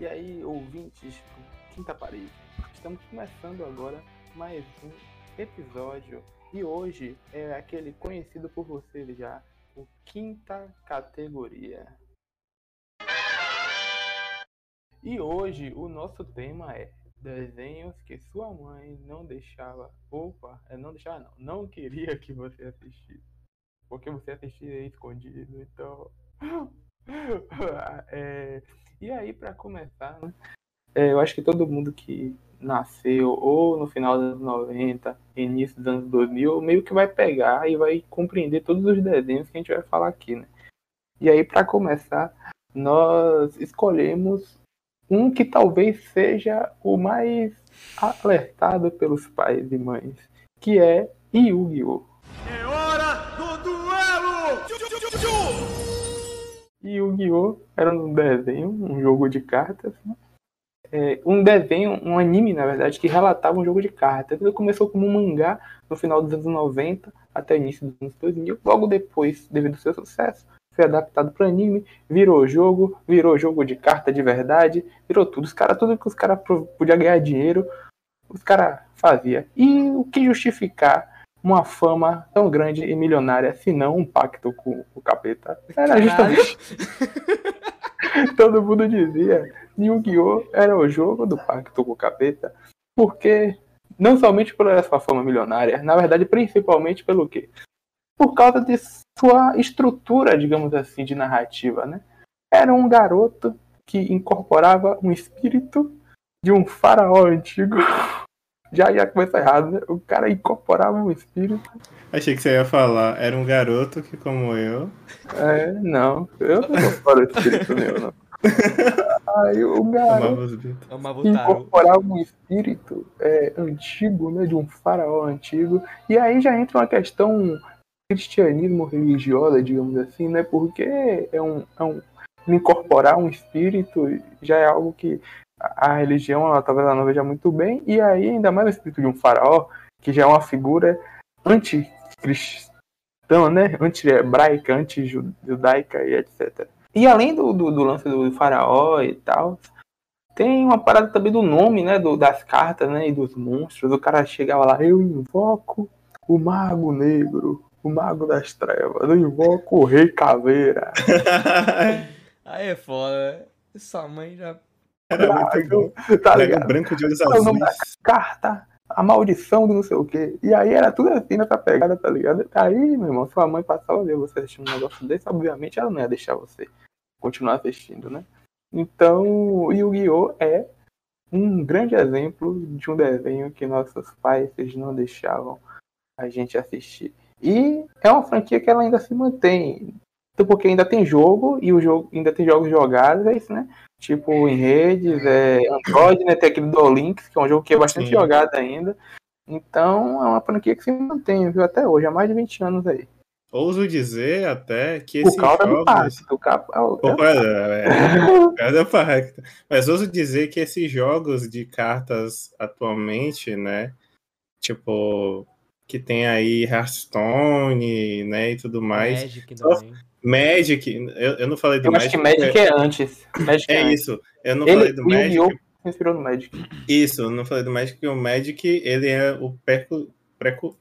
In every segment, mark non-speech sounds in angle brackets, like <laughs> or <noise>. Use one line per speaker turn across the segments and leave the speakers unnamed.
E aí, ouvintes do Quinta Parede, estamos começando agora mais um episódio. E hoje é aquele conhecido por vocês já, o Quinta Categoria. E hoje o nosso tema é desenhos que sua mãe não deixava, opa, é, não deixava não, não queria que você assistisse. Porque você assistia escondido, então... <laughs> É, e aí, para começar, né, é, eu acho que todo mundo que nasceu ou no final dos anos 90, início dos anos 2000, meio que vai pegar e vai compreender todos os desenhos que a gente vai falar aqui, né? E aí, para começar, nós escolhemos um que talvez seja o mais alertado pelos pais e mães, que é Yu-Gi-Oh!
É hora do duelo!
Yu-Gi-Oh! era um desenho, um jogo de cartas, né? É, um desenho, um anime, na verdade, que relatava um jogo de cartas. Ele começou como um mangá no final dos anos 90 até o início dos anos 2000. Logo depois, devido ao seu sucesso, foi adaptado para anime, virou jogo, virou jogo de carta de verdade, virou tudo. Os cara, tudo que os caras podiam ganhar dinheiro, os caras faziam. E o que justificar uma fama tão grande e milionária, se não um pacto com o capeta? Era justamente. <laughs> Todo mundo dizia. Yu-Gi-Oh! era o jogo do pacto com o capeta, porque não somente pela sua fama milionária, na verdade, principalmente pelo quê? por causa de sua estrutura, digamos assim, de narrativa, né? Era um garoto que incorporava um espírito de um faraó antigo. <laughs> Já já começa errado, né? O cara incorporava um espírito.
Achei que você ia falar, era um garoto que, como eu.
É, não, eu não incorporo espírito meu, não. Aí o
Amava
garoto
os Beatles.
Amava o
<laughs>
Taro.
incorporava um espírito é, antigo, né? De um faraó antigo. E aí já entra uma questão cristianismo religiosa, digamos assim, né? Porque é um, é um incorporar um espírito já é algo que a a religião ela, talvez ela não veja muito bem, e aí ainda mais o espírito de um faraó, que já é uma figura anticristã, né? Anti-hebraica, anti-judaica e etc. E além do, do, do lance do faraó e tal, tem uma parada também do nome, né? Do, das cartas, né? E dos monstros. O cara chegava lá, eu invoco o mago negro, o mago das trevas, eu invoco o rei caveira.
Aí é foda, né? Sua mãe já.
Era muito bom.
tá
Era um
ligado?
branco de olhos
Qual é o nome da
azuis.
carta, a maldição do não sei o quê. E aí era tudo assim nessa pegada, tá ligado? Aí, meu irmão, sua mãe passava a ver você assistindo um negócio desse, obviamente ela não ia deixar você continuar assistindo, né? Então, Yu-Gi-Oh! é um grande exemplo de um desenho que nossos pais eles não deixavam a gente assistir. E é uma franquia que ela ainda se mantém. Então, Porque ainda tem jogo, e o jogo ainda tem jogos jogáveis, né? Tipo em redes, é Android, né? Tem aquele do Links, que é um jogo que é bastante
Sim.
jogado ainda. Então é uma franquia que se mantém, viu, até hoje, há mais de 20 anos aí.
Ouso dizer até que
Por
esses
causa do
jogos.
pacto. cap- ah, o-
Opa, é, por causa do pacto. Mas ouso dizer que esses jogos de cartas atualmente, né? Tipo, que tem aí Hearthstone, né? E tudo mais.
Magic
Só-
também.
Magic, eu, eu não falei do
Eu acho
Magic.
que Magic é antes. Magic
é,
é,
é
antes.
isso. Eu não
Ele
falei do Magic.
Yu-Gi-Oh! se inspirou no Magic.
Isso, eu não falei do Magic, que o Magic, ele é o perco, preco,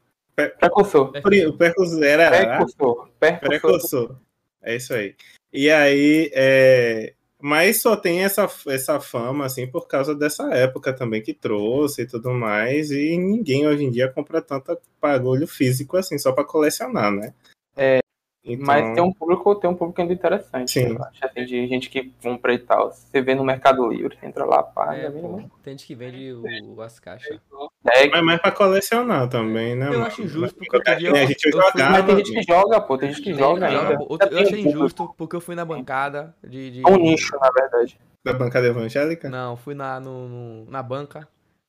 Precursor.
pre- o é percos era
Precursor. Precursor.
precursor. É isso aí. E aí, é... mas só tem essa, essa fama, assim, por causa dessa época também que trouxe e tudo mais, e ninguém hoje em dia compra tanto bagulho físico, assim, só pra colecionar, né?
É,
Então,
Mas tem um público, tem um público ainda interessante.
Sim.
Eu acho, assim, de gente que compra e tal. Você vê no Mercado Livre, entra lá, paga, né?
É,
mínimo.
pô, tem gente que vende o- as caixas.
É,
Mas mais pra colecionar também, né?
Eu
mano?
acho justo,
Mas
porque outro
quando
dia
a
eu-
gente
eu fui-
jogava,
mas tem gente que joga, pô, tem gente que
Tem
joga
né?
gente que
ainda.
joga, pô. Outro- Eu achei
Tem um público,
injusto porque eu fui na bancada de. de-
É um nicho, na verdade.
da bancada evangélica.
Não, fui na, no- no- na banca.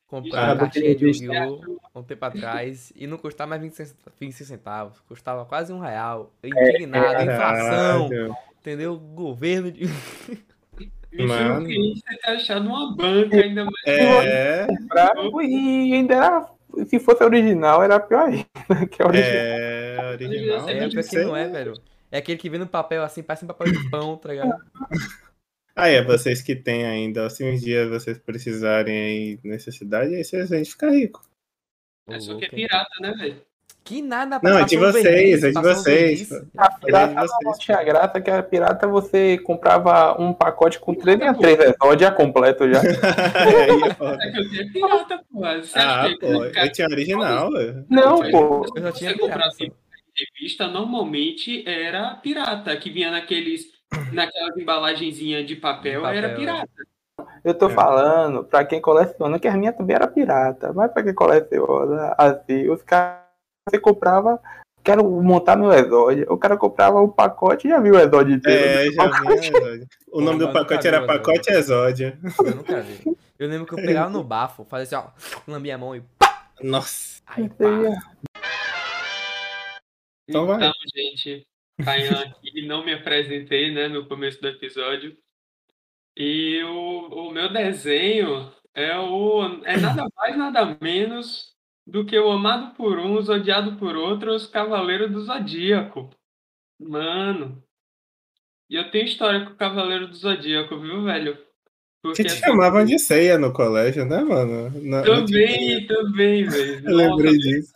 Comprei
Ah,
uma
do
caixinha de
revista.
Yu-Gi-Oh! há um tempo atrás e não custava mais 25 cent- 25 centavos, custava quase um real.
É,
Indignado, inflação,
Caralho.
entendeu? Governo de.
Bicho,
Mano.
eu queria você ter achado uma banca ainda mais.
É,
Pra- E ainda era. Se fosse original, era pior ainda. <laughs> Que é original.
é original.
É,
É,
né?
um pior que não é, velho. É aquele que vem no papel assim, parece um papel de pão, tá ligado?
Aí, é vocês que têm ainda, se um dia vocês precisarem aí, necessidade, aí vocês, a gente fica rico.
É só que é
Ô, louco, hein?
pirata, né, velho?
Que nada
Não, é de
passou um verniz,
vocês, é de
passou um
vocês.
verniz.
A pirata
de
não
<laughs> vocês.
tinha graça, que a pirata você comprava um pacote com 3 em é 3 episódios já completo
<laughs>
já.
Aí, pô.
É que eu tenho pirata, porra. Você
Ah,
acha que
pô,
cara,
eu tinha original, velho.
Não,
Mas-
pô.
Eu já tinha
Você comprar
pirata.
assim. revista normalmente era pirata, que vinha naqueles, naquelas embalagenzinhas de papel,
De papel, é.
era pirata.
Eu tô
É.
falando pra quem coleciona, que a minha também era pirata, mas pra quem coleciona, assim, os caras, você comprava, quero montar meu exódio, o cara comprava o pacote e já viu o exódio inteiro. né?
É, já vi, é verdade. O nome do
Mas nunca
pacote
vi,
era
mas
Pacote é Exódio.
Eu nunca vi. Eu lembro que eu pegava no bafo, fazia assim, ó, lambia a mão e pá!
Nossa.
Aí,
Você
pá.
ia-
Então vai.
gente, Caian aqui, <laughs> não me apresentei, né, no começo do episódio. E o, o meu desenho é o é nada mais, nada menos do que o amado por uns, odiado por outros, Cavaleiro do Zodíaco. Mano. E eu tenho história com o Cavaleiro do Zodíaco, viu, velho?
Que é,
Porque
te
assim,
chamavam de ceia no colégio, né, mano? Na- no-
Também, também, velho.
Eu lembrei disso.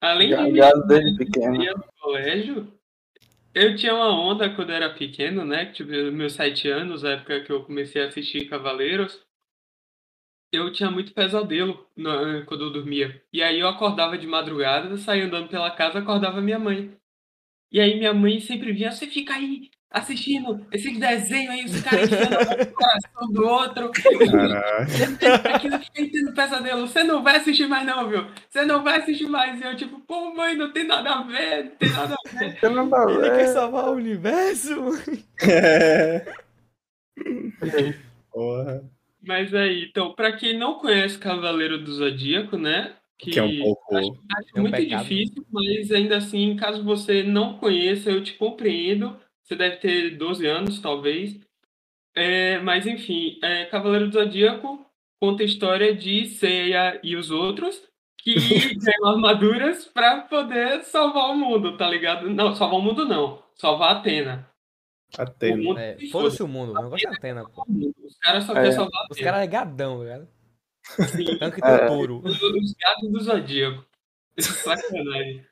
Além de me
Gagado desde pequeno.
no colégio, eu tinha uma onda quando era pequeno, né? Tipo, meus sete anos, a época que eu comecei a assistir Cavaleiros, eu tinha muito pesadelo na- quando eu dormia. E aí eu acordava de madrugada, saía andando pela casa, acordava minha mãe. E aí minha mãe sempre vinha, você fica aí assistindo esses desenhos aí, os caras enfiando a mão no coração do outro.
Caralho.
Aquilo que tem no pesadelo, você não vai assistir mais, não, viu? Você não vai assistir mais. E eu, tipo, pô, mãe, não tem nada a ver, não tem nada a ver.
Eu não é. falei.
Ele quer salvar o universo.
É. <laughs> Porra.
Mas aí, então, pra quem não conhece Cavaleiro do Zodíaco, né? Que,
Que é um pouco.
acho
É um
muito
pecado.
difícil, mas ainda assim, caso você não conheça, eu te compreendo. Você deve ter 12 anos, talvez. É, mas enfim, é, Cavaleiro do Zodíaco conta a história de Seiya e os outros
<laughs>
que ganham armaduras pra poder salvar o mundo, tá ligado? Não, salvar o mundo não, salvar a Atena. O
Atena.
mundo
É,
se
foda-se o mundo, eu gosto da Atena, pô.
o mundo. Os caras só
É.
querem salvar a
Os
Atena.
caras é gadão, velho.
Sim.
Tanto que
É.
tem touro.
Os gatos do Zodíaco. é Sacanagem.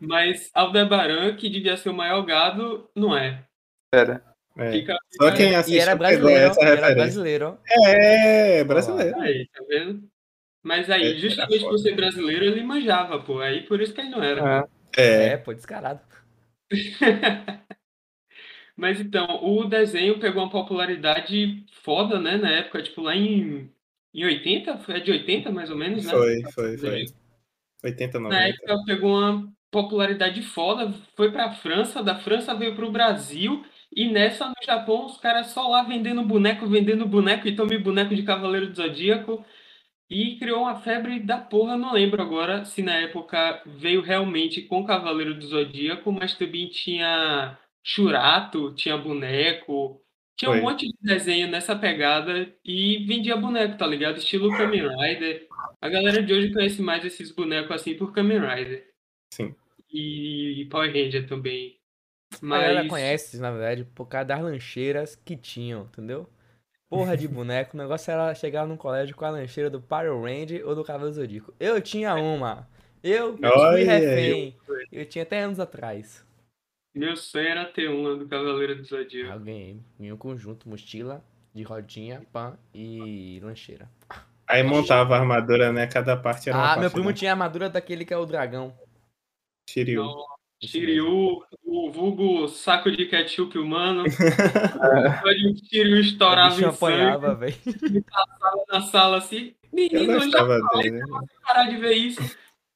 Mas Aldebaran, que devia ser o maior gado, não é.
Era.
É.
Fica,
Só quem
E era
assistiu pegou
brasileiro,
essa
ó, e era
referência.
brasileiro. ó.
É, brasileiro.
fica aí, tá vendo? Mas
É,
aí,
era
justamente por
foda.
ser brasileiro, ele manjava, pô. Aí por isso que ele não era.
É.
É.
É, pô, descarado.
Mas então, o desenho pegou uma popularidade foda, né, na época, tipo lá em, em 80, foi é de 80 mais ou menos, né? É.
Foi, foi, foi. 80,
Na
90.
época pegou uma popularidade foda, foi pra França, da França veio pro Brasil, e nessa no Japão os caras só lá vendendo boneco, vendendo boneco, e tome boneco de Cavaleiro do Zodíaco, e criou uma febre da porra, não lembro agora se na época veio realmente com Cavaleiro do Zodíaco, mas também tinha Churato, tinha boneco, tinha
Foi.
um monte de desenho nessa pegada, e vendia boneco, tá ligado? Estilo Kamen Rider. A galera de hoje conhece mais esses bonecos assim por Kamen Rider.
Sim.
E Power Ranger também.
A galera
Mas
conhece, na verdade, por causa das lancheiras que tinham, entendeu? Porra de boneco, o negócio era chegar no colégio com a lancheira do Power Ranger ou do Cavaleiro Zodíaco. Eu tinha uma. Eu fui
Olha aí.
refém. Eu tinha até anos atrás.
meu sonho era ter uma do Cavaleiro do Zodíaco.
Eu ganhei. Ganhei um conjunto, mochila, de rodinha, pan e lancheira.
Aí montava a armadura, né? Cada parte era uma
Ah,
parte
meu primo
do
tinha a armadura daquele que é o dragão.
Shiryu.
Então,
Isso
Shiryu, o vulgo saco de
<laughs>
ketchup humano. Quando o Shiryu
O
estourava
bicho
em sangue
apanhava, velho. <laughs>
na sala assim.
Eu
Menino, já
gostava dele. né?
parar de ver isso.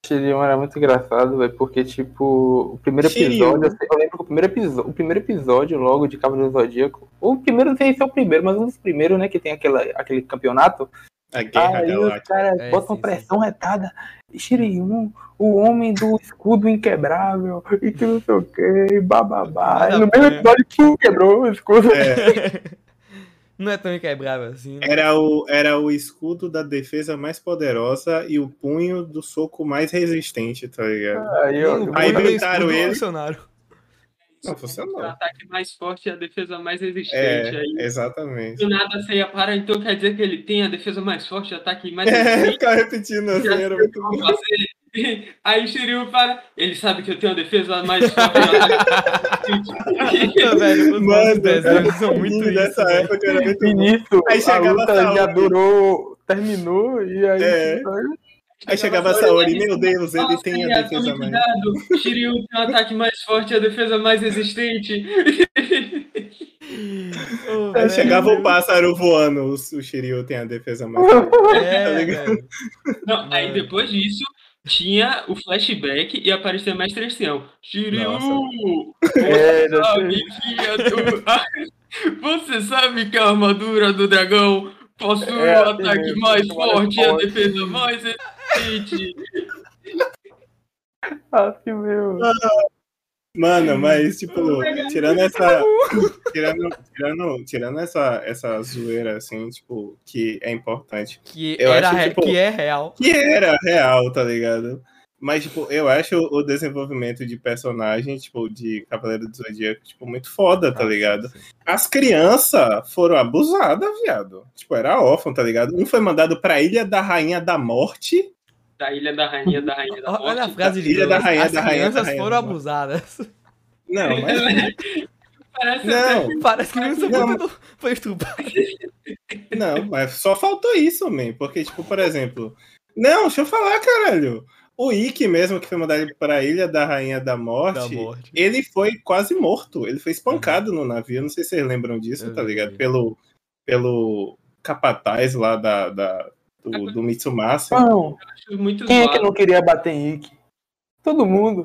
Shiryu era muito engraçado, velho, porque, tipo, o primeiro
Shiryu.
episódio, assim, eu lembro que o primeiro episódio, o primeiro episódio logo de Cavaleiro do Zodíaco, ou o primeiro, não sei se é o primeiro, mas um dos primeiros, né, que tem aquela, aquele campeonato,
A Guerra
aí os
Galáctica.
caras
É,
botam
sim,
pressão retada, Shiryu, o homem do escudo inquebrável, e que não um sei o que, bababá, e no mesmo episódio, pum, quebrou o escudo.
É.
Não é tão inquebrável assim. né?
Era o, era o escudo da defesa mais poderosa e o punho do soco mais resistente, tá ligado?
Aí, ó,
Nem o
eu-
Aí
Lula, nem o
gritaram
escudo, nem o
ele.
<laughs> Bolsonaro.
Não, funcionou.
O Um ataque mais forte e a defesa mais resistente.
É,
Aí
exatamente.
<laughs> do nada você ia parar, então quer dizer que ele tem a defesa mais forte, o ataque mais
É,
resistente.
ficar repetindo assim, era muito
Vamos
bom.
fazer. <laughs> Aí Shiryu para. Ele sabe que eu tenho a defesa mais forte. e o ataque mais resistente.
Não, velho, os nossos
Mano,
desenhos são
o
muito
anime
isso.
dessa
velho.
época era muito
E
bom.
nisso,
Aí
a
chegava
luta
Saori.
já durou, terminou, e aí...
É. <laughs> Aí chegava a Saori, meu Deus, ele
Nossa,
tem a
aliás,
defesa
assim, "Ah, tome
mais.
Cuidado, Shiryu tem um ataque mais forte e a defesa mais resistente.
Ô,
Aí
velho,
chegava o pássaro voando, o o Shiryu tem a defesa mais.
É,
tá ligado?
velho.
Não, aí
É.
Mano.
depois disso, tinha o flashback e aparecia mais Trecião. Shiryu!
Nossa.
<laughs> É, já sei.
sabe que a do- <laughs> Você sabe que a armadura do dragão possui o
É, assim
ataque
mesmo,
mais
um
mais
forte e a
forte.
defesa mais resistente.
assim mesmo.
Ah. Mano, mas tipo, tirando essa. Tirando, tirando, tirando essa, essa zoeira, assim, tipo, que é importante.
Que,
Eu
era,
acho,
re-
tipo,
que é real.
Que era real, tá ligado? Mas, tipo, eu acho o desenvolvimento de personagem, tipo, de Cavaleiro do Zodíaco, tipo, muito foda, tá ligado? As crianças foram abusadas, viado. Tipo, era órfão, tá ligado? Um foi mandado pra Ilha da Rainha da Morte.
Da ilha da rainha, da rainha da morte.
Olha a frase de
Ilha
Deus.
da Rainha,
As
da Rainha, da
crianças
Rainha,
foram
mano.
abusadas. <laughs>
Não,
<laughs>
mas.
Parece
Não,
Parece que o Wilson
Não,
Bonner foi estuprado.
Não, mas só faltou isso, man. Porque, tipo, por exemplo. Não, deixa eu falar, caralho. O Ikki mesmo, que foi mandado pra Ilha da Rainha da
Da
Morte,
morte.
ele foi quase morto. Ele foi espancado no navio. Não sei se vocês lembram disso,
Eu
tá
lembro.
ligado? Pelo, pelo capataz lá da, da- do, do
<laughs>
Mitsumasa.
Não,
acho muito
quem é que
zoado.
não queria bater em Ikki? Todo mundo.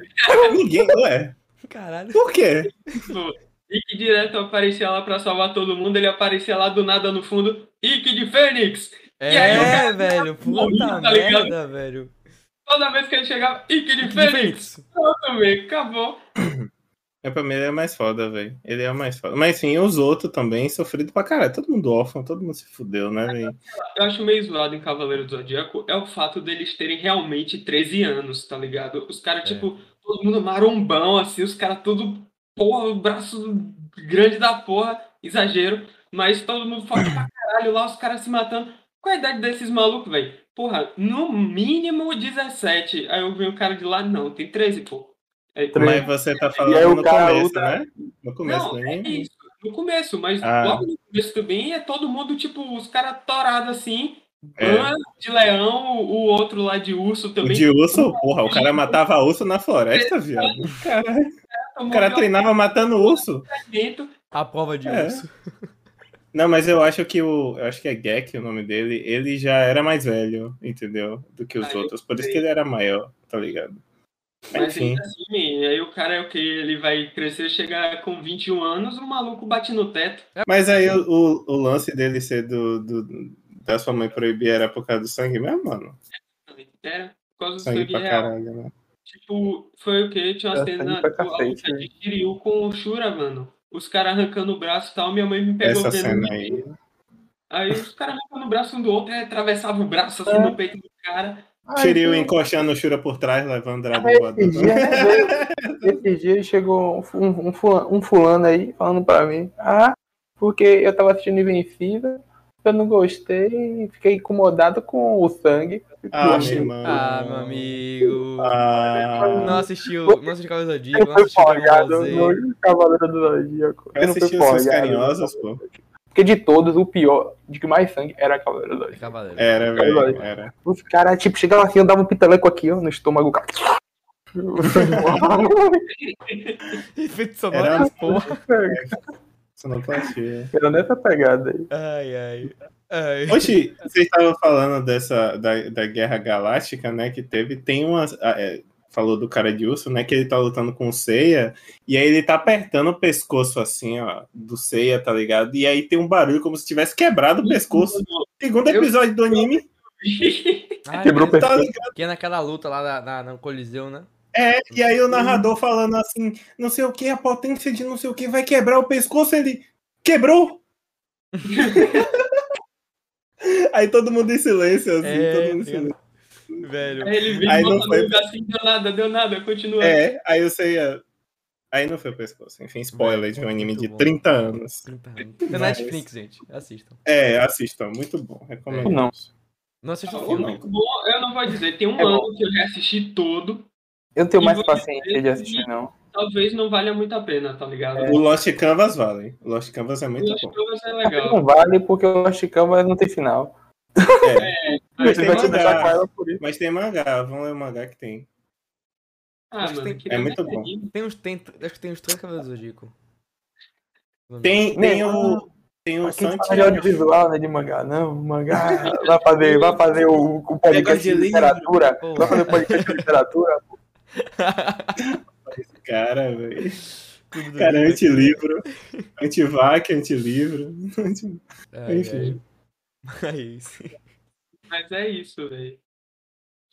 Ninguém. Ué,
Caralho.
por quê?
E que Tipo, direto aparecia lá pra salvar todo mundo, ele aparecia lá do nada no fundo, Ike de Fênix!
É,
aí o cara
velho.
morrendo,
Puta
tá ligado?
merda, velho.
Toda vez que ele chegava, Ike de
Que
Fênix!
Fênix.
Pronto, meu, acabou.
É, pra mim ele é mais foda, velho. Ele é o mais foda. Mas enfim, os outros também, sofrido pra caralho. Todo mundo órfão, todo mundo se fudeu, né, velho?
Eu acho meio zoado em Cavaleiro do Zodíaco é o fato deles terem realmente 13 anos, tá ligado? Os caras, tipo, todo mundo marombão, assim, os caras tudo, porra, o braço grande da porra, exagero, mas todo mundo forte pra caralho lá, os caras se matando. Qual a idade desses malucos, velho? Porra, no mínimo 17. Aí eu vi um cara de lá, não, tem 13, pô. É, Aí,
Treze.
Mas você tá falando
aí o
no
cara
começo,
luta-
né? No começo
Não,
do
é
anime.
isso, no começo, mas
Ah.
logo no começo também é todo mundo, tipo, os caras torados assim,
É.
ban de leão, o outro lá de urso
O
também.
de urso, porra, o cara matava urso na floresta, viado. Caralho,
tomou
o cara treinava matando urso.
violento.
A prova de
É.
urso.
Não, mas eu acho que o. Eu acho que é Gek o nome dele. Ele já era mais velho, entendeu? Do que os
Ah, eu
outros. Por isso
sei.
que ele era maior, tá ligado?
Mas
Enfim.
ainda assim, aí o cara é o que? Ele vai crescer, chegar com 21 anos, o maluco bate no teto.
Mas aí o, o- o lance dele ser do, do- da sua mãe proibir era por causa do sangue mesmo, mano.
É, por causa do
Sangue
sangue
pra
real.
caralho, né?
Tipo, foi o que? Tinha uma
É, sangue
cena
pra
do a
cacete, né?
luta de Kiryu com o Shura, mano. Os caras arrancando o braço e tal, minha mãe me pegou
Essa
vendo
cena
um
aí.
vídeo. Aí os caras arrancavam no braço um do outro, aí atravessava o braço assim
É.
Ah.
no peito do cara. <laughs>
Shiryu encoxando o Shura por trás, levando o dragão
Esse
voador.
dia, né, esse
<laughs>
dia chegou um fu- um, fulano, um fulano aí falando pra mim, ah, porque eu tava assistindo Invencível, eu não gostei e fiquei incomodado com o sangue. Tipo,
Ah, meu irmão.
Ah, meu amigo.
Ah.
Não assistiu. Não assistiu Cavaleiro Zodíaco. Não
foi
assistiu Dragon
forjado
Ball Z.
no Cavaleiro do Zodíaco.
Eu
não fui
assisti os seus
forjado.
carinhosos, pô.
Porque de todos, o pior, de que mais sangue, era Cavaleiro do Zodíaco.
É Cavaleiro.
Era, velho. Era.
Os caras, tipo, chegavam assim, eu dava um piteleco aqui, ó, no estômago.
<laughs>
cara.
Efeito sonoro
é. Era- um- É,
das porra.
Sonoplastia.
Era nessa pegada aí.
Ai, ai. Ai.
Oxi, vocês estavam falando dessa da, da Guerra Galáctica, né? Que teve. Tem uma. ah, é, falou do cara de urso, né? Que ele tá lutando com o Seiya. E aí ele tá apertando o pescoço assim, ó. Do Seiya, tá ligado? E aí tem um barulho como se tivesse quebrado o pescoço. Segundo
Eu-
episódio do anime,
Ai,
Quebrou o
mas-
tá
pescoço.
ligado?
Que é naquela luta lá na, na- no Coliseu, né?
É, e aí o narrador
Uhum.
falando assim, não sei o que, a potência de não sei o que vai quebrar o pescoço. Ele quebrou! <laughs> Aí todo mundo em silêncio, assim,
É,
todo mundo em
tá ligado?
silêncio.
Velho.
Aí ele veio
Aí
e
não
botou
foi-
no assim, deu nada, deu nada, continua.
É, aí eu sei. ah, Aí não foi o pescoço. Enfim, spoiler de um anime
Muito
de
bom.
30 anos.
30 anos. Tem
Mas-
Netflix, gente. Assistam.
É, assistam, muito bom. Recomendo.
Ou não.
Não assistam
Tá
Ah,
o
o
filme.
único bom, eu não vou dizer, tem um
É bom.
ano que eu já assisti todo,
Eu não tenho
E
mais
você-
paciência de assistir, não.
talvez não valha muito a pena, tá ligado?
O Lost Canvas vale. O Lost Canvas é muito
eu acho
bom.
que vai ser
Não
legal.
vale porque o Lost Canvas não tem final.
Mas
Ele
tem
vai te
mangá.
deixar com ela por isso.
É, Mas tem mangá, vão ler o mangá que tem.
Ah,
Acho que
mano,
tem-
queria
é muito
ver
bom.
anime.
Tem uns, tem, acho que tem uns três Cavaleiros do Zodíaco.
Tem, tem
Não.
o. Tem o
Aqui a gente
Santi. é um
fala de audiovisual, né? De mangá. Não,
<laughs>
mangá. Vai fazer, vai fazer o, o podcast
de
de
livro.
literatura.
Pô.
Vai fazer o podcast de
<laughs>
literatura.
Cara, velho.
Clube do
Cara,
Livro.
antilivro. Antivac, antilivro.
<laughs> Ai,
Enfim.
ai. <laughs> É isso.
Mas é isso, velho.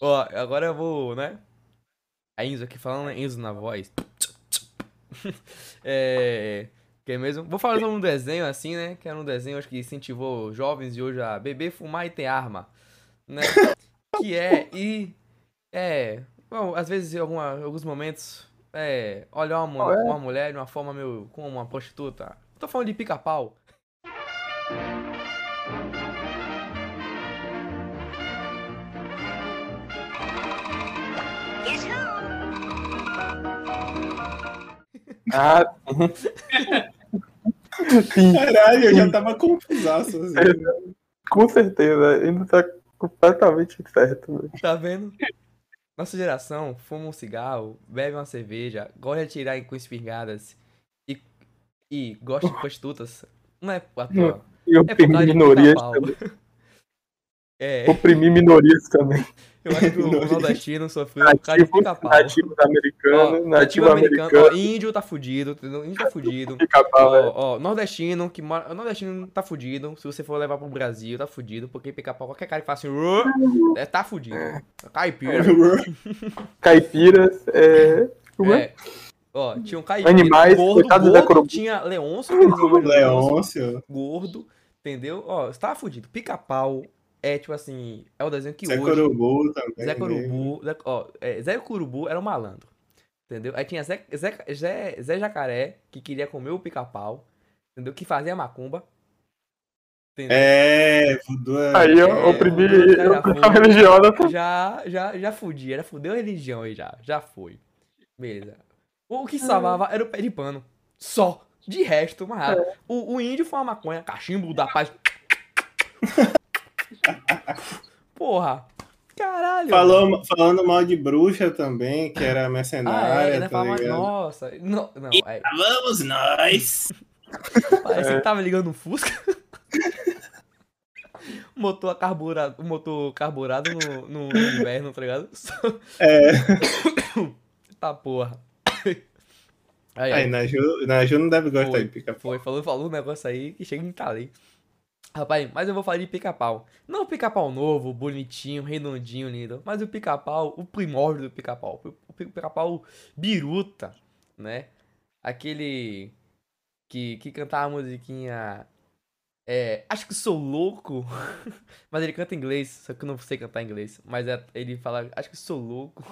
Ó, agora eu vou, né? A Enzo aqui falando, né? Enzo na voz. <laughs> É. Que mesmo? Vou falar sobre um desenho assim, né? Que era um desenho acho que incentivou jovens de hoje a beber, fumar e ter arma. Né? Que é e. É. Bom, às vezes em alguma, alguns momentos. É. Olhar uma, mu-
Ah, é?
uma mulher de uma forma meio. como uma prostituta. Tô falando de pica-pau.
Ah, sim. <laughs> sim.
Caralho, eu já tava confusaço.
<laughs>
Assim.
Com certeza. Ele tá completamente certo. velho.
Tá vendo? Nossa geração fuma um cigarro, bebe uma cerveja, gosta de atirar com espingardas e, e gosta de prostitutas. Não é à toa.
E
É por
oprimir
causa de
minorias
pica-pau.
também.
<laughs> É,
Oprimir minorias também.
eu acho que o
Minorias.
nordestino sofreu por causa de
Nativos,
pica-pau.
nativos
Ó,
americanos, nativo
ó,
americano,
índio tá fudido, entendeu? Índio tá fudido.
pica-pau. é.
Ó, ó, nordestino, que mora. o Nordestino tá fudido. Se você for levar pro Brasil, tá fudido. Porque pica-pau, qualquer cara que fala assim. "Rô", é, tá fudido. Caipira.
Caipiras, é... como é?
É. Ó, tinha um caipira.
Animais,
gordo,
coitado da
gordo,
Corumbá.
tinha leonço, aqueles olhos leonço,
Leôncio.
gordo, entendeu? Ó, você tava fudido. Pica-pau é tipo assim, é o desenho que
Zé
hoje.
Corubu também.
Zé
né?
Corubu, Zé, ó, é, Zé Corubu era um malandro, entendeu? Aí tinha Zé, Zé, Zé, Zé Jacaré, que queria comer o pica-pau, entendeu? Que fazia macumba, entendeu?
É, Vudu é.
Aí eu
É,
oprimi
cara,
eu oprimi a
foi.
religiosa também.
Já, já, já fudia, já fudeu a religião aí já, já foi. Beleza. O que salvava era o pé de pano. Só. De resto, uma rara. O, o índio foi uma maconha, cachimbo da paz. Porra. Caralho.
Falou, falando mal de bruxa também, que era
Ah,
mercenária,
é,
tá
né? Falava,
ligado?
nossa. Não, não, é,
Vamos nós!
parece
É.
que tava ligando um Fusca. <laughs> Motor a carburado, motor carburado no, no inverno, tá ligado?
É,
<coughs> Tá porra. <coughs> Aí,
aí Naju, Naju não deve gostar
É. Foi.
de pica-pau.
Foi, falou, falou um negócio aí que chega em talei. Rapaz, mas eu vou falar de pica-pau. Não o pica-pau novo, bonitinho, redondinho, lindo. Mas o pica-pau, o primórdio do pica-pau. O pi- pica-pau biruta, né? Aquele que, que cantava a musiquinha. É, acho que sou louco. <laughs> mas ele canta em inglês, só que eu não sei cantar em inglês. Mas é- ele fala, acho que sou louco.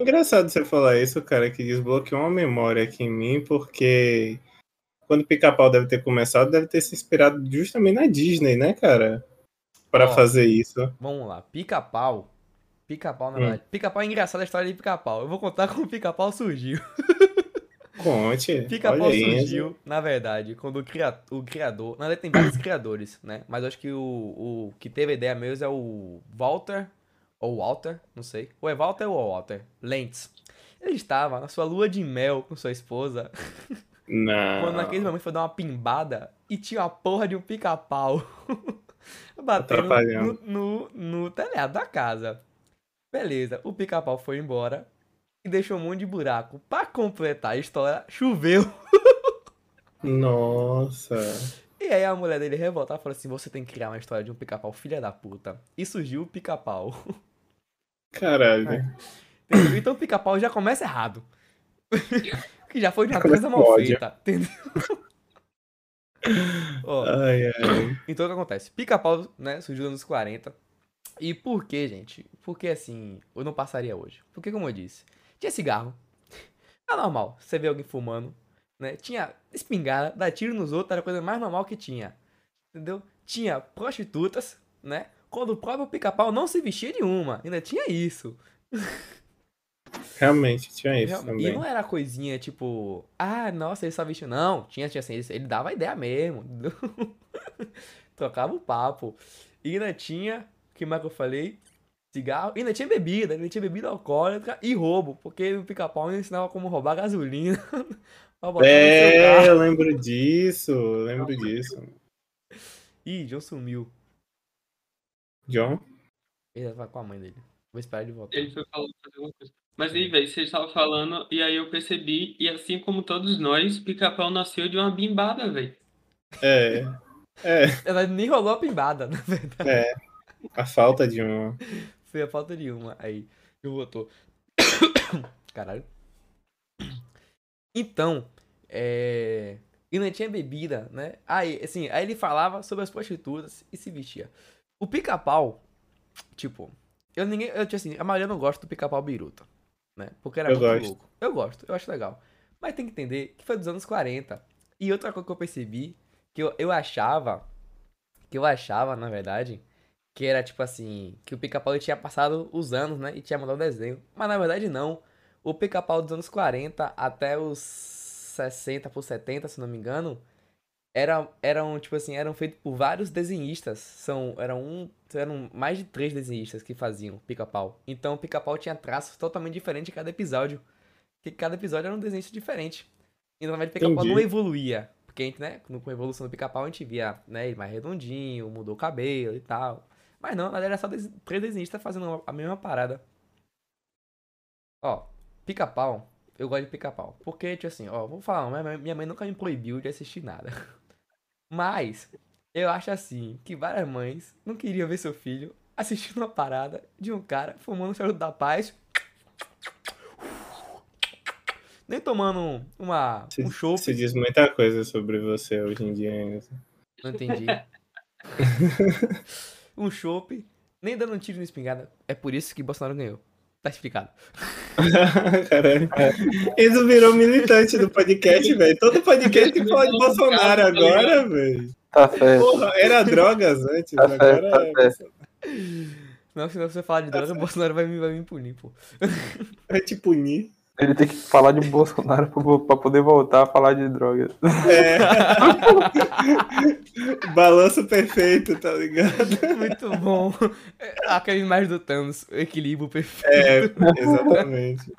Engraçado você falar isso, cara, que desbloqueou uma memória aqui em mim, porque quando o pica-pau deve ter começado, deve ter se inspirado justamente na Disney, né, cara? Pra
Ó.
fazer isso.
Vamos lá, pica-pau. Pica-pau, na
Hum.
verdade. Pica-pau é engraçada a história de pica-pau. Eu vou contar como o pica-pau surgiu.
Conte.
Pica-pau
olha aí.
surgiu, na verdade, quando o, cria- o criador. Na verdade, tem vários criadores, né? Mas eu acho que o, o que teve a ideia mesmo é o Walter. Ou Walter, não sei. Ou é Walter ou Walter? Lentz. Ele estava na sua lua de mel com sua esposa.
Não.
Quando naquele momento foi dar uma pimbada e tinha uma porra de um pica-pau <laughs> batendo
Atrapalhando.
no, no, no telhado da casa. Beleza, o pica-pau foi embora e deixou um monte de buraco. Pra completar a história, choveu.
Nossa.
E aí a mulher dele revoltada falou assim: Você tem que criar uma história de um pica-pau, filha da puta. E surgiu o pica-pau.
<laughs> Caralho.
Entendeu? Então o pica-pau já começa errado. <laughs> que já foi de uma
Começa
coisa
com <laughs>
mal
ódio.
feita. Entendeu? Ó,
Ai, ai.
Então o que acontece? Pica-pau, né, surgiu nos anos 40. E por que, gente? Porque assim, eu não passaria hoje. Porque, como eu disse, tinha cigarro. <laughs> Era normal, você vê alguém fumando, né? Tinha espingarda, dar tiro nos outros, era a coisa mais normal que tinha. Entendeu? Tinha prostitutas, né? Quando o próprio pica-pau não se vestia de uma. Ainda tinha isso.
Realmente, tinha É isso
Real- E
também.
não era coisinha tipo, ah, nossa, ele só vestiu. Não, tinha, tinha assim, ele, ele dava ideia mesmo. <laughs> entendeu? Trocava o papo. E ainda tinha, que mais que eu falei? Cigarro. E ainda tinha bebida, ainda tinha bebida alcoólica e roubo, porque o pica-pau ainda ensinava como roubar gasolina. <laughs> pra botar no seu
É,
carro.
eu lembro disso, eu lembro disso.
Ih, John sumiu.
John?
Ele vai com a mãe dele. Vou esperar ele voltar.
Ele foi falar fazer alguma coisa. Mas aí, velho, vocês estavam falando, e aí eu percebi, e assim como todos nós, pica-pau nasceu de uma bimbada, velho.
É,
Ela nem rolou a pimbada, na verdade.
a falta de um. uma.
<laughs> Foi a falta de uma. Aí, eu votou. Caralho. Então, é. E não tinha bebida, né? Aí, assim, aí ele falava sobre as prostitutas e se vestia. O pica-pau, tipo, eu ninguém. Eu tinha assim, a maioria não gosta do pica-pau biruta, né? Porque era
Eu
muito
gosto.
louco. Eu gosto, eu acho legal. Mas tem que entender que foi dos anos 40. E outra coisa que eu percebi, que eu, eu achava. Que eu achava, na verdade, que era tipo assim, que o pica-pau tinha passado os anos, né? E tinha mandado o desenho. Mas na verdade não. O pica-pau dos anos 40 até os 60 por 70, se não me engano, era, eram, tipo assim, eram feitos por vários desenhistas. São, eram, um, eram mais de três desenhistas que faziam pica-pau. Então o pica-pau tinha traços totalmente diferentes em cada episódio. Porque cada episódio era um desenhista diferente. E na verdade o pica-pau
Entendi.
não evoluía. Porque a gente, né, com com a evolução do pica-pau a gente via, né, ele mais redondinho, mudou o cabelo e tal. Mas não, na verdade era só des- três desenhistas fazendo a mesma parada. Ó, pica-pau, eu gosto de pica-pau. Porque, tipo assim, ó, vou falar, minha mãe- minha mãe nunca me proibiu de assistir nada. Mas, eu acho assim, que várias mães não queriam ver seu filho assistindo uma parada de um cara fumando o charuto da paz. Nem tomando uma,
Se,
um chope.
se diz muita coisa sobre você hoje em dia ainda.
Não entendi. um chope, nem dando um tiro na espingarda. É por isso que Bolsonaro ganhou. Tá explicado.
<laughs> Caralho. Isso virou militante do podcast, velho. Todo podcast fala de Bolsonaro agora, velho.
Tá certo.
Porra, <laughs> era drogas antes,
Tá certo,
agora é.
tá certo.
Não, se você falar de droga, o Bolsonaro vai me, vai me punir, pô.
Vai te punir.
Ele tem que falar de Bolsonaro pra vo- pra poder voltar a falar de drogas.
Balanço perfeito, tá ligado?
Muito bom. <laughs> É, Aquela imagem do Thanos, o equilíbrio perfeito.
É, exatamente.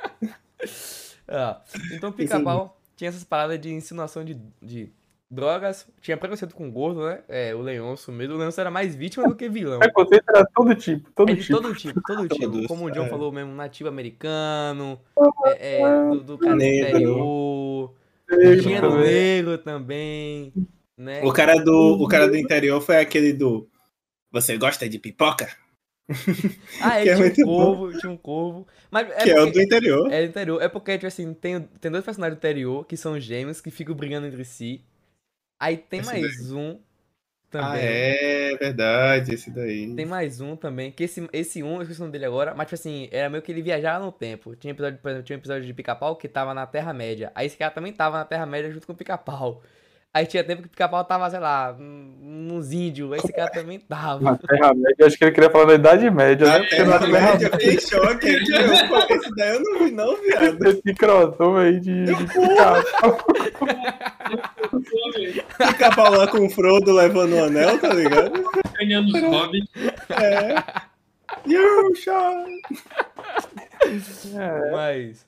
Ah, então o pica-pau tinha essas paradas de insinuação de, de drogas, tinha preconceito com gordo, né? É, o Leonço mesmo. O Leonço era mais vítima do que vilão.
Preconceito É, era todo tipo, todo
É de
tipo.
todo tipo, todo tipo.
Todos,
Como o John
É <laughs> é. Ah,
falou mesmo, nativo americano, é, é, do, do cara do
Negro.
interior,
Negro
tinha do
também.
negro também, né?
O cara do, o cara do interior foi aquele do. Você gosta de pipoca?
Ah, é,
que é
tinha um
muito bom.
corvo, tinha um corvo. Mas é
que é o
porque-
do interior.
É do interior. É porque, tipo assim, tem, tem dois personagens do interior que são gêmeos que ficam brigando entre si. Aí tem
Esse
mais um também.
Ah, é verdade, esse daí.
Tem mais um também, que esse, esse um, eu esqueci o nome dele agora, mas tipo assim, era meio que ele viajava no tempo. Tinha episódio, por exemplo, tinha um episódio de pica-pau que tava na Terra-média. Aí esse cara também tava na Terra-média junto com o pica-pau. Aí tinha tempo que o pica-pau tava, sei lá, hum, nos índios. Aí esse cara também tava.
Na Terra-média, eu acho que ele queria falar da Idade Média, né?
Ah,
Porque na
é,
Terra-média
eu fiquei em choque aqui. Eu, pô, esse daí eu não vi, não, viado.
esse crossover aí de, de <laughs> pica-pau.
Pô, velho,
Fica lá com o Frodo levando o anel, tá ligado?
ganhando os hobbits.
É. Yusha!
<laughs> É,
Mas.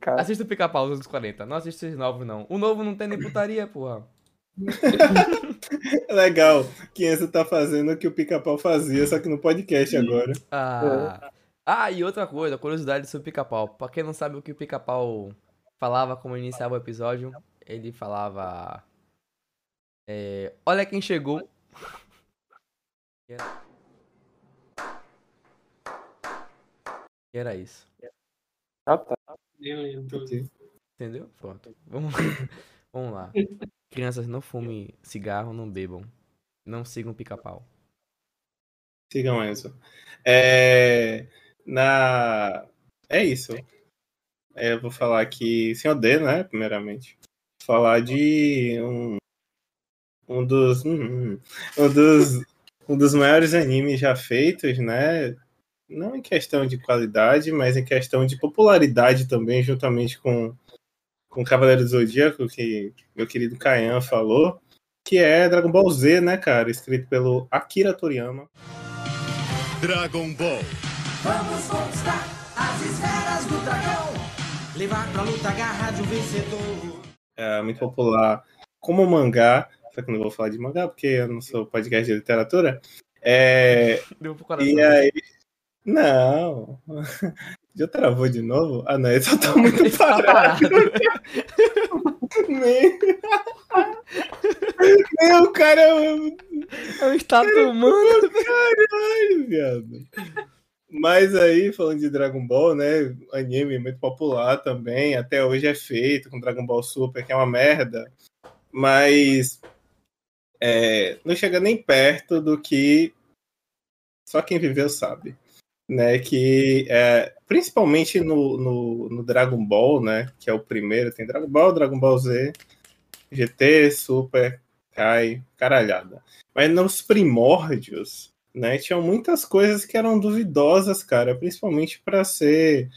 cara.
Assista o pica-pau dos anos 40. Não assista os novos, não. O novo não tem nem putaria, porra.
Legal. Quinhença tá fazendo o que o pica-pau fazia, só que no podcast agora.
Ah. Ah, e outra coisa, curiosidade sobre o pica-pau. Pra quem não sabe o que o pica-pau falava como iniciava o episódio, ele falava. é, Olha quem chegou. <laughs> E era- E era isso.
Ah, tá.
Meu Deus.
Entendi.
Entendeu? Pronto. <laughs> Vamos, vamos lá. Crianças, não fumem cigarro, não bebam. Não sigam pica-pau.
Sigam Enzo. É, na... é isso. É, eu vou falar aqui, senhor D, né? Primeiramente. Vou falar de um, um dos. Um dos. Um dos maiores animes já feitos, né? Não em questão de qualidade, mas em questão de popularidade também, juntamente com, com Cavaleiro do Zodíaco, que meu querido Kayan falou, que é Dragon Ball Z, né, cara? Escrito pelo Akira Toriyama.
Dragon Ball.
Vamos conquistar as esferas do dragão. Levar pra luta a garra de um vencedor.
É muito popular como mangá, só que eu não vou falar de mangá porque eu não sou podcast de literatura. É,
Deu pro coração.
e aí. Não. <laughs> Já travou de novo? Ah, não, ele só tá muito
Ele <laughs> tá
parado.
parado.
Nem... <laughs> Nem o cara.
É um estado humano.
Caralho, viado. Mas aí, falando de Dragon Ball, né? Anime muito popular também. Até hoje é feito com Dragon Ball Super, que é uma merda. Mas. é, não chega nem perto do que. Só quem viveu sabe. Né, que é, principalmente no, no, no Dragon Ball, né? Que é o primeiro, tem Dragon Ball, Dragon Ball Z, GT, Super, Kai, caralhada. Mas nos primórdios, né? Tinham muitas coisas que eram duvidosas, cara, principalmente para ser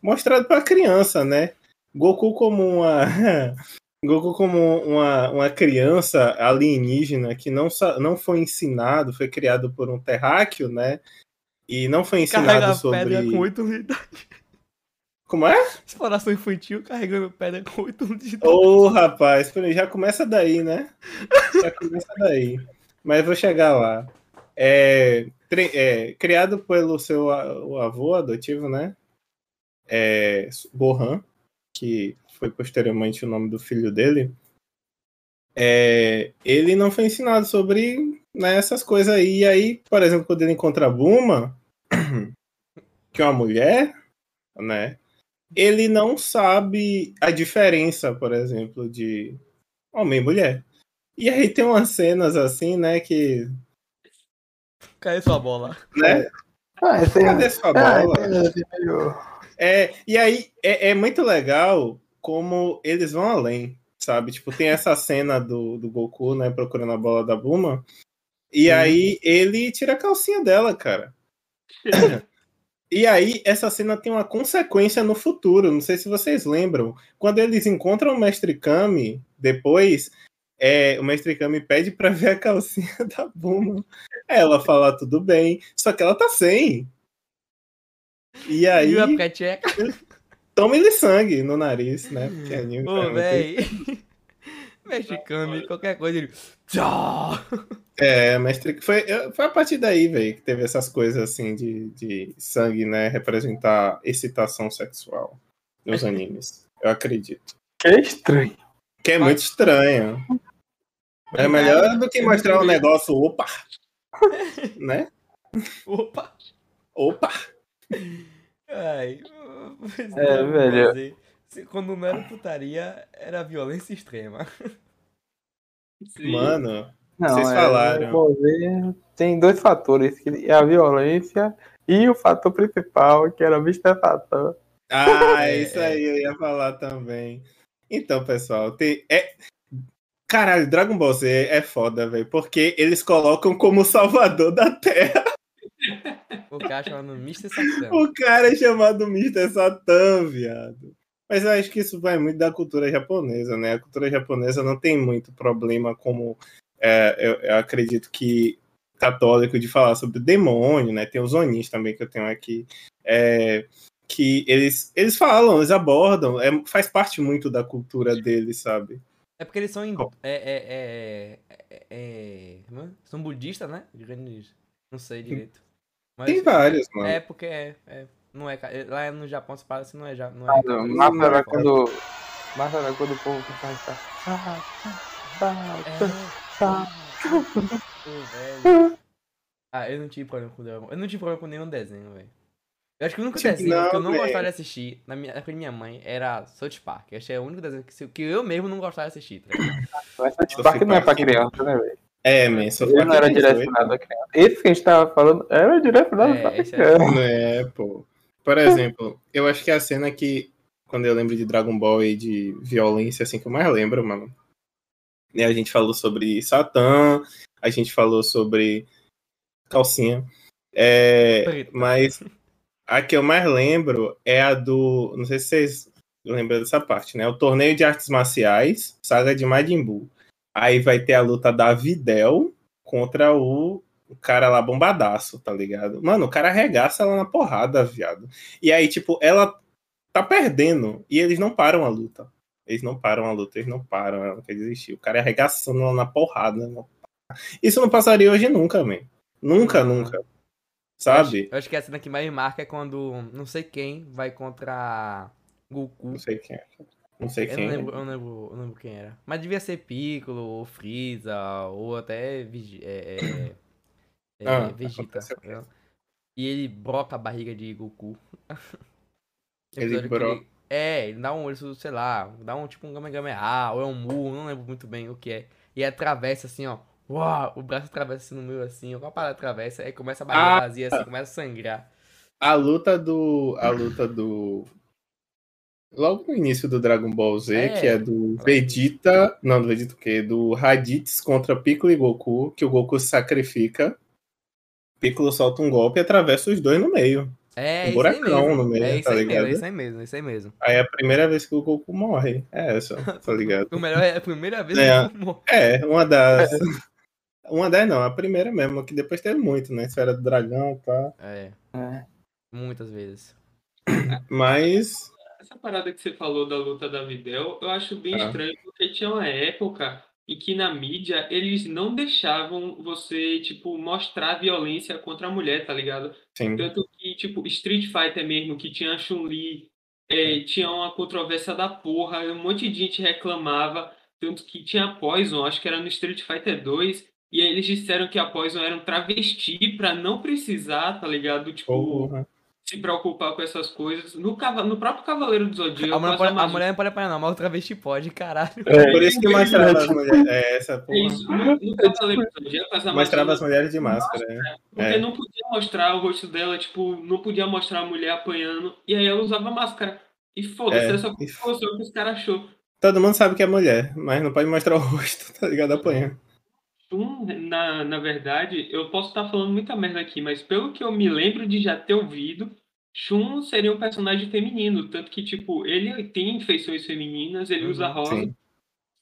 mostrado para criança, né? Goku como uma <laughs> Goku como uma, uma criança alienígena que não, sa- não foi ensinado, foi criado por um terráqueo, né? E não foi ensinado
Carrega a
sobre
pedra com 8 litros.
Como é?
Exploração infantil carregando pedra com 8 litros.
Ô, rapaz, peraí, já começa daí, né? Já começa daí. Mas vou chegar lá. É, tre- é, criado pelo seu a- o avô adotivo, né? É, Gohan, que foi posteriormente o nome do filho dele. É, ele não foi ensinado sobre né, essas coisas aí. E aí, por exemplo, quando ele encontra a Buma, <clears throat> que é uma mulher, né? ele não sabe a diferença, por exemplo, de homem e mulher. E aí tem umas cenas assim, né, que...
Caiu sua bola.
Né?
Ah, essa é
Cadê sua
Tá
ah,
bola?
essa é melhor.
É, e aí é, é muito legal como eles vão além, sabe? Tipo, tem essa cena do, do Goku, né, procurando a bola da Buma, e aí ele tira a calcinha dela, cara. <laughs> E aí, essa cena tem uma consequência no futuro. Não sei se vocês lembram. Quando eles encontram o Mestre Kami, depois, é, o Mestre Kami pede pra ver a calcinha <laughs> da Buma. Ela fala tudo bem, só que ela tá sem. E aí,
E
<laughs>
o aplicateca.
tome-lhe sangue no nariz, né? Porque anime cara,
Ô,
não tem- Tá
véi. <laughs> Mexicano, qualquer coisa. Ele... Tchau.
É, Mestre foi, eu- foi a partir daí, velho, que teve essas coisas assim de, de sangue, né? Representar excitação sexual nos animes. Eu acredito.
É estranho.
Que é muito estranho. É melhor do que mostrar um negócio,
<laughs>
opa! Né?
Opa.
Opa!
Ai. mas não
É,
era o que
velho.
fazer. Se- Quando não era putaria, era violência extrema.
Sim.
Mano,
Não,
Vocês falaram.
vou ver, tem dois fatores, que é a violência e o fator principal, que era o bicho fator.
ah,
É,
isso aí eu ia falar também. Então, pessoal, tem. É... Caralho, Dragon Ball Z é foda, velho, porque eles colocam como salvador da Terra
O cara chamando Mr. Saxão.
o cara é chamado Mr. Satan, viado. Mas eu acho que isso vai muito da cultura japonesa, né? A cultura japonesa não tem muito problema como é, eu, eu acredito que católico de falar sobre demônio, né? Tem os onis também que eu tenho aqui, é, que eles eles falam, eles abordam, é, faz parte muito da cultura deles, sabe?
É porque eles são. Em...
Ó.
É, é, é, é, é- como é? São budistas, né? Grandes. Não sei direito. Mas-
Tem vários, mano.
É porque é. é, Não é, ca- lá no Japão se fala assim, não é. ja- Não
Ah,
é
Não,
católico,
massa
não é
era
foda.
quando. Massa era quando o povo começava a estar. Ah,
É.
tá, tá.
Ô, velho. Ah, eu não tive problema com o Dragon Ball. Eu não tive problema com nenhum desenho, velho. Eu acho que o único
Tipo,
desenho que eu não
não,
gostava de assistir na minha, na época de minha mãe era South Park. Eu achei o único desenho que, se- que eu mesmo não gostava de assistir. Tá ligado?
Mas South Park não é pra criança, né, velho?
É, man, só
Ele não era
pra quem é doido.
direcionado a criança. Esse que a gente tava falando era direcionado
É,
pra
<laughs>
esse é-
criança.
É, pô. Por exemplo, eu acho que é a cena que, quando eu lembro de Dragon Ball e de violência, assim, que eu mais lembro, mano. Né, a gente falou sobre Satã, a gente falou sobre calcinha. É,
Preta.
mas a que eu mais lembro é a do. Não sei se vocês lembram dessa parte, né? O torneio de artes marciais, saga de Majin Buu. Aí vai ter a luta da Videl contra o, o cara lá bombadaço, tá ligado? Mano, o cara arregaça ela na porrada, viado. E aí, tipo, ela tá perdendo e eles não param a luta. Eles não param a luta, eles não param, ela não quer desistir. O cara arregaçando ela na porrada. né? Isso não passaria hoje nunca, man. Nunca, nunca. Sabe?
Eu acho que a cena que mais me marca é quando não sei quem vai contra Goku.
Não sei quem é. Não sei
Eu não
quem
lembro,
é.
eu não lembro, eu não lembro quem era. Mas devia ser Piccolo, ou Freeza, ou até Vigi- é, é- é,
Ah,
Vegeta.
aconteceu
né? E ele broca a barriga de Goku.
Ele
Episódio que
broca.
É, ele dá um, ele, sei lá, dá um tipo um Gamegame-A, ou é um Mu, não lembro muito bem o que é. E atravessa assim, ó. Uau, o braço atravessa assim no meio assim, ó, com a parada atravessa, aí começa a barriga
Ah!
vazia assim, começa a sangrar.
A luta do. A luta do. Logo no início do Dragon Ball Z,
É.
que é do Vegeta. Não, do Vegeta o quê? Do Raditz contra Piccolo e Goku, que o Goku se sacrifica. Piccolo solta um golpe e atravessa os dois no meio.
É,
Um
isso aí
buracão
mesmo.
no meio,
é
tá
isso aí mesmo,
ligado?
é isso aí mesmo, é isso aí mesmo.
Aí é a primeira vez que o Goku morre. É essa, tá
<laughs>
ligado?
O melhor é a primeira vez
É.
que eu morro.
É, uma das. <laughs> Uma das não, a primeira mesmo, que depois teve muito, né? Esfera do Dragão, tá?
É,
É.
muitas vezes.
Mas.
Essa parada que você falou da luta da Videl, eu acho bem
Tá.
estranho, porque tinha uma época em que na mídia eles não deixavam você, tipo, mostrar violência contra a mulher, tá ligado?
Sim.
Tanto que, tipo, Street Fighter mesmo, que tinha a Chun-Li, é, tinha uma controvérsia da porra, um monte de gente reclamava, tanto que tinha a Poison, acho que era no Street Fighter 2, e aí eles disseram que a Poison era um travesti pra não precisar, tá ligado? Tipo,
Porra.
se preocupar com essas coisas. No, cava- no próprio Cavaleiro do Zodíaco,
A mulher,
as
pode- a
Amazonas-
mulher não pode apanhar, não, mas o travesti pode, caralho.
É
Por isso que mostrava as mulheres. É, essa
É
porra.
isso, tá no, no Cavaleiro do Zodíaco, as
Mostrava
Amazonas,
as mulheres de máscara. né?
porque
é.
não podia mostrar o rosto dela, tipo, não podia mostrar a mulher apanhando, e aí ela usava máscara. E foda-se,
É,
essa só
e
foi o que os caras achou.
Todo mundo sabe que é mulher, mas não pode mostrar o <laughs> rosto, tá ligado? Apanhando.
Hum, na, na verdade, eu posso estar falando muita merda aqui, mas pelo que eu me lembro de já ter ouvido, Shun seria um personagem feminino, tanto que, tipo, ele tem feições femininas, ele
Uhum,
usa rosa,
sim.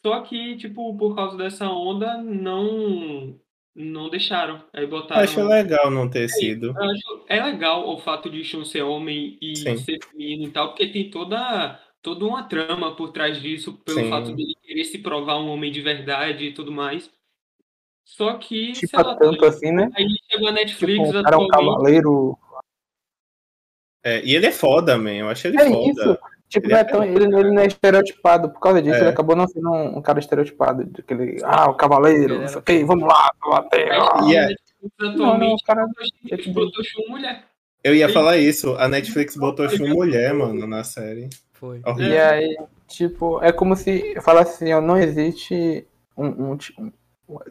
só que, tipo, por causa dessa onda, não não deixaram. Aí botaram...
Acho legal não ter sido.
Eu acho- é legal o fato de Shun ser homem e
Sim.
ser feminino e tal, porque tem toda, toda uma trama por trás disso, pelo
Sim.
fato dele querer se provar um homem de verdade e tudo mais. Só que, sei lá,
Tipo, tanto assim, né?
aí chegou a
Tipo,
Netflix
um cara é um
atualmente,
cavaleiro.
É, e ele é foda, man. Eu acho ele
É
foda.
isso. Tipo,
Ele
não
é
é tão, ele, ele não é estereotipado. Por causa disso,
É.
ele acabou não sendo um, um cara estereotipado. Daquele, ah, o cavaleiro, não sei o quê, vamos lá, bater. ah.
aí
E
chegou a
é-
né, tipo, Netflix
Não, não,
atualmente,
o cara. é
botou-
tudo-
botou Shun mulher.
Eu ia falar isso. A Netflix botou Shun mulher, mano, na série.
Foi.
Horrível.
E aí, tipo, é como se eu falasse assim, ó, não existe um, um ti- um-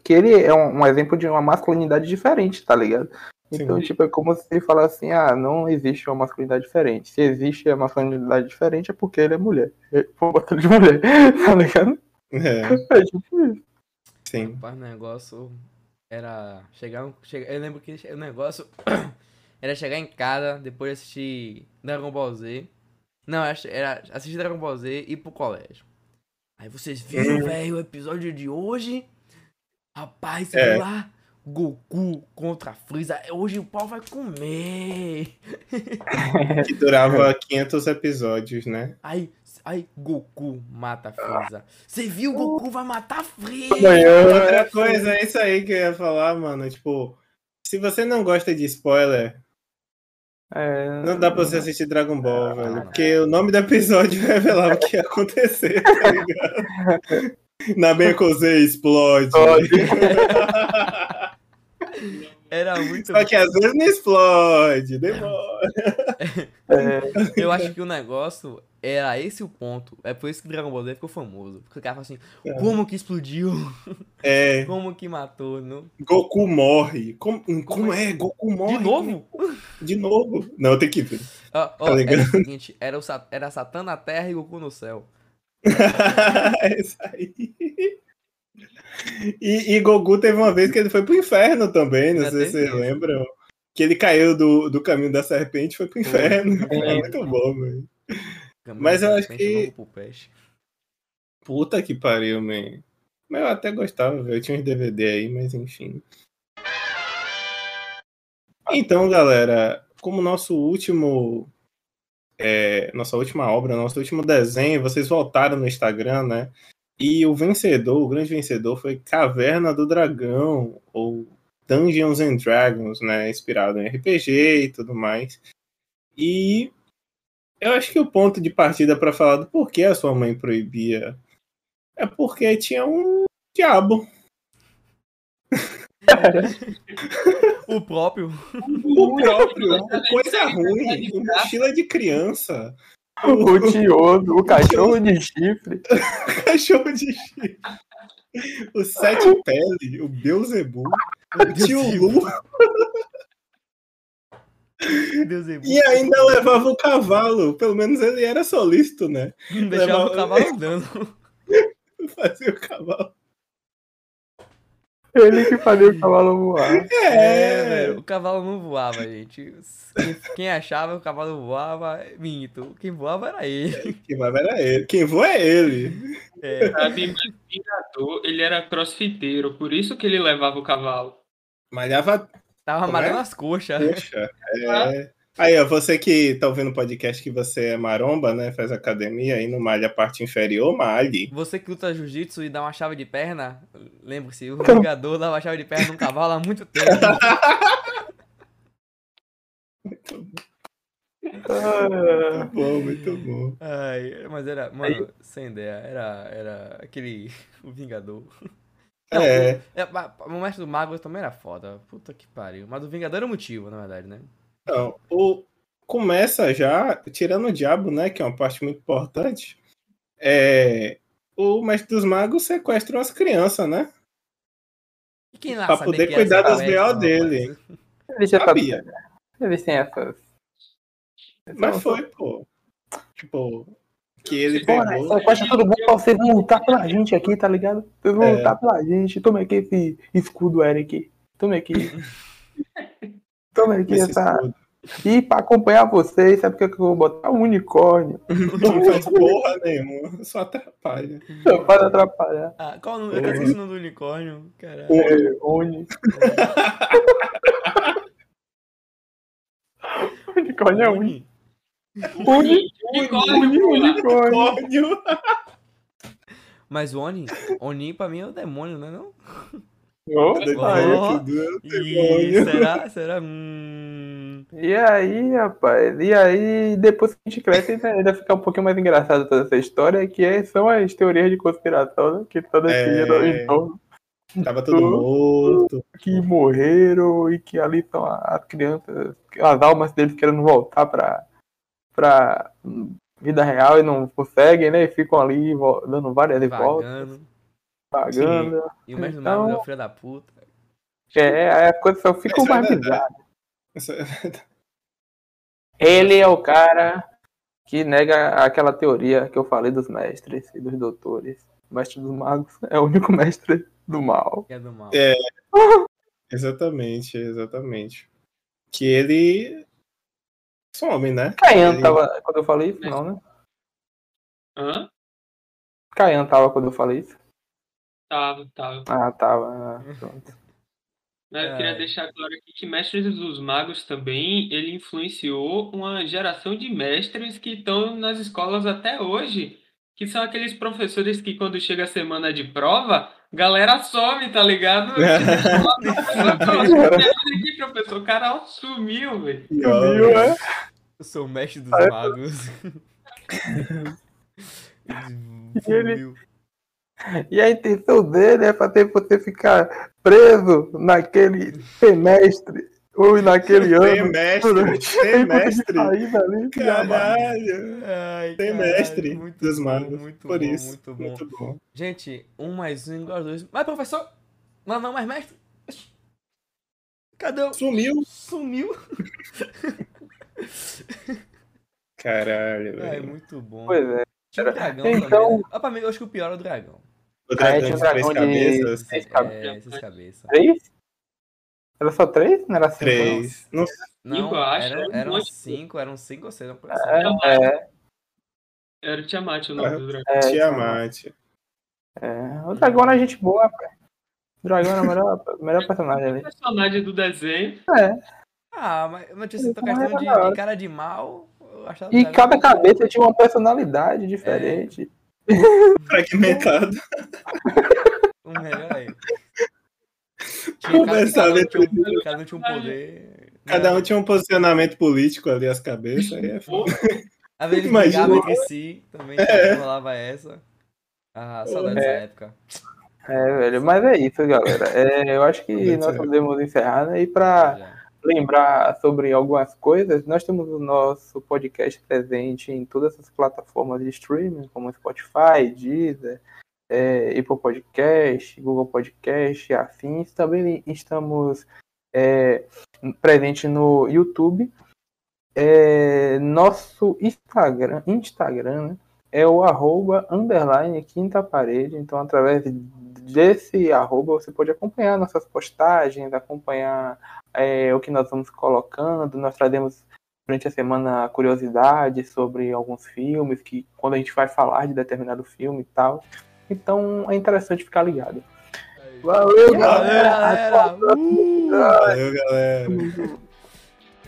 que ele é um, um exemplo de uma masculinidade diferente, tá ligado? Então,
Sim.
tipo, é como se falar assim, ah, não existe uma masculinidade diferente. Se existe a masculinidade diferente é porque ele é <laughs> mulher. Foi botando de mulher, tá ligado?
<laughs> É,
É tipo isso.
sim.
Rapaz, o negócio era chegar, um, chegar. Eu lembro que o negócio <coughs> era chegar em casa, depois assistir Dragon Ball Z. Não, era- era assistir Dragon Ball Z e ir pro colégio. Aí vocês viram, velho, o episódio de hoje. Rapaz,
É.
viu lá. Goku contra Freeza. Hoje o pau vai comer.
Que
É.
durava 500 episódios, né?
Aí, aí Goku mata Freeza. Você viu? Goku vai matar Freeza.
Amanhã.
Outra coisa, é isso aí que eu ia falar, mano. Tipo, se você não gosta de spoiler,
É,
Não dá pra você assistir Dragon Ball, velho.
não.
Porque o nome do episódio <laughs> revelava o que ia acontecer, tá ligado? Na Bencozê explode.
Era muito
Só que às vezes não explode. Demora.
É,
<laughs>
Eu acho que o negócio era esse o ponto. É por isso que Dragon Ball Z ficou famoso. Porque o cara fala assim, como que explodiu? <laughs>
É,
Como que matou? Não?
Goku morre. Como, como é? Goku morre.
De novo?
De novo. Não, tem que ver. <laughs>
Ó, ó,
Tá
era
ligado?
o seguinte, era, o Sa- era Satã na Terra e Goku no céu.
é isso aí. E, e Goku teve uma vez que ele foi pro inferno também, não
Ainda
sei se
teve
vocês
isso.
lembram. Que ele caiu do, do caminho da serpente e foi pro inferno.
Foi.
É muito bom, velho. Mas eu acho que- Puta que pariu, man. Mas eu até gostava, velho. Eu tinha uns DVD aí, mas enfim. Então, galera, como nosso último. é, nossa última obra, nosso último desenho, vocês voltaram no Instagram, né? E o vencedor, o grande vencedor, foi Caverna do Dragão, ou Dungeons and Dragons, né? Inspirado em RPG e tudo mais. E eu acho que o ponto de partida para falar do porquê a sua mãe proibia é porque tinha um diabo.
O próprio. <laughs>
O próprio, uma coisa ruim, uma mochila de criança,
<laughs> o Tioso, o cachorro de chifre.
um cachorro de chifre, o sete pele, o Beuzebu, <laughs> o tio Lu,
Deus é bom.
e ainda levava o cavalo. Pelo menos ele era solícito, né? <laughs>
Deixava
levava-
o cavalo andando.
Fazia o cavalo.
Ele que fazia o cavalo
<laughs>
voar.
É,
É,
velho, o cavalo não voava, gente. Quem, quem achava que o cavalo voava, minto. Quem voava era ele.
quem vai era ele. Quem voa é ele.
É,
Sabe, mas o Vingador, ele era crossfiteiro, por isso que ele levava o cavalo.
Malhava
tava
Como é?
amarrando as coxas.
Poxa, é. Aí, ó, você que tá ouvindo o podcast que você é maromba, né? Faz academia e não malha a parte inferior, malhe.
Você que luta jiu-jitsu e dá uma chave de perna, lembre-se,
<laughs>
o Vingador dava chave de perna num cavalo há muito tempo.
Ah,
Muito Tá bom, muito bom.
Ai, mas era, mano, sem ideia, era, era aquele, o Vingador.
É,
É, ma- o Mestre do Mago também era foda, puta que pariu. Mas o Vingador era o motivo, na verdade, né?
então, o... começa já, tirando o diabo, né? Que é uma parte muito importante. É... O mestre dos magos sequestra umas crianças, né?
E quem lá
Pra
sabia
poder
que ia ser
cuidar dos
Mestre,
B.O.
rapaz?
dele.
Eles já sabem.
Sabia.
Eles têm essas.
Mas foi, pô. Tipo, que ele
Bora,
pegou.
sequestra todo mundo pra vocês não lutar pela gente aqui, tá ligado?
É.
Vocês vão lutar pela gente. Toma aqui esse escudo, Eric. Toma
<laughs>
aqui. Toma aqui
Esse
essa.
escudo.
E pra acompanhar vocês, sabe o que eu vou botar? Um unicórnio.
Não faz porra nenhuma, só atrapalha.
Para
<laughs>
atrapalhar.
Ah, qual o nome? Eu quero esqueci o nome do unicórnio, caralho.
O-
É, Oni. unicórnio
um
é Uni.
Uni.
Uni, Uni,
Unicórnio, porra.
unicórnio.
Unicórnio.
Mas o Oni, Oni pra mim é o demônio, né não?
Aí,
Ó,
É Demônio.
E será, será, hum...
E aí, rapaz, e aí depois que a gente cresce ainda, ainda fica um pouquinho mais engraçado toda essa história, que é, são as teorias de conspiração, né? Que todas
É.
giram em torno
Tava todo morto.
que morreram e que ali estão a- as crianças, as almas deles querendo voltar pra, pra vida real e não conseguem, né? E ficam ali vo- dando várias voltas,
Vagando.
pagando.
E o mestre do
Então-
Mago é o filho da puta.
É, aí as coisas só ficam
Isso é
mais
verdade.
bizarras. Ele é o cara que nega aquela teoria que eu falei dos mestres e dos doutores. O mestre dos magos <laughs> é o único mestre do mal.
Que é do mal.
É. Exatamente, exatamente. Que ele some, né?
Caian
Ele-
tava quando eu falei isso, não, né?
Hã?
Caian tava quando eu falei isso.
Tava, tava.
Ah, tava. ah,
<laughs>
Pronto.
Mas Né, eu
É.
queria deixar claro aqui que Mestres dos Magos também, ele influenciou uma geração de mestres que estão nas escolas até hoje, que são aqueles professores que quando chega a semana de prova, galera some, tá ligado?
É.
Tipo, tá Olha aqui, professor, o cara sumiu, velho.
Sumiu, é?
Eu sou o mestre dos
Parece-
magos.
E ele-
Sumiu.
E a intenção dele é fazer você ficar preso naquele semestre. Ou naquele
é?
ano.
Semestre,
durante-
semestre.
Aí, dali,
Caralho.
Ai,
Semestre
caralho, é muito
dos
bom,
magos.
Muito
Por
bom,
isso.
muito bom.
Muito bom.
Gente, um mais um igual a dois. Mas, professor! Não, não, mas mestre! Cadê o.
Sumiu.
Sumiu!
Caralho,
É,
velho.
muito bom.
Pois é.
Tinha o dragão
Então-
também. né? Ah, pra mim, eu acho que o pior é o dragão.
O
Aí
dragão
tinha um
de três
dragão de
cabeças.
seis cabeças.
É, essas cabeças.
Três? Era só três? Não era cinco?
Três. Não
Não,
eu acho,
eram,
era um
eram
monte.
cinco, eram cinco ou seis, assim. não
não? É, é,
Era o Tiamat o nome do dragão.
é,
Tiamat.
é. O dragão era gente boa, pô. O dragão era o melhor, o melhor personagem
O
ali.
personagem do desenho.
Ah, mas, mas tinha essa
Então,
questão
é
era
de,
da hora.
de cara de mal. eu achava
E
que era
cada
um-
cabeça tinha uma personalidade diferente.
Fragmentado.
Um
<laughs>
melhor aí.
Conversar
cada,
dentro
um tinha um, cada um tinha um poder.
Cada
né?
um tinha um posicionamento político ali, as cabeças. Aí é foda.
Às vezes eles
Imagina. É.
brigavam entre si, também rolava essa. Ah, saudade dessa época.
É, velho, mas é isso, galera. É, eu acho que nós podemos encerrar, né? E pra
Já.
lembrar sobre algumas coisas, nós temos o nosso podcast presente em todas as plataformas de streaming, como Spotify, Deezer, é, Apple Podcast, Google Podcast e afins. Também estamos é, presente no YouTube. É, nosso Instagram, Instagram, né, é o arroba underline quinta parede. Então, através desse arroba, você pode acompanhar nossas postagens, acompanhar é, o que nós vamos colocando. Nós trazemos durante a semana curiosidades sobre alguns filmes, que quando a gente vai falar de determinado filme e tal. Então é interessante ficar ligado.
é
Valeu,
Valeu, galera! Uh! É.
Valeu, galera.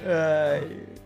Ai.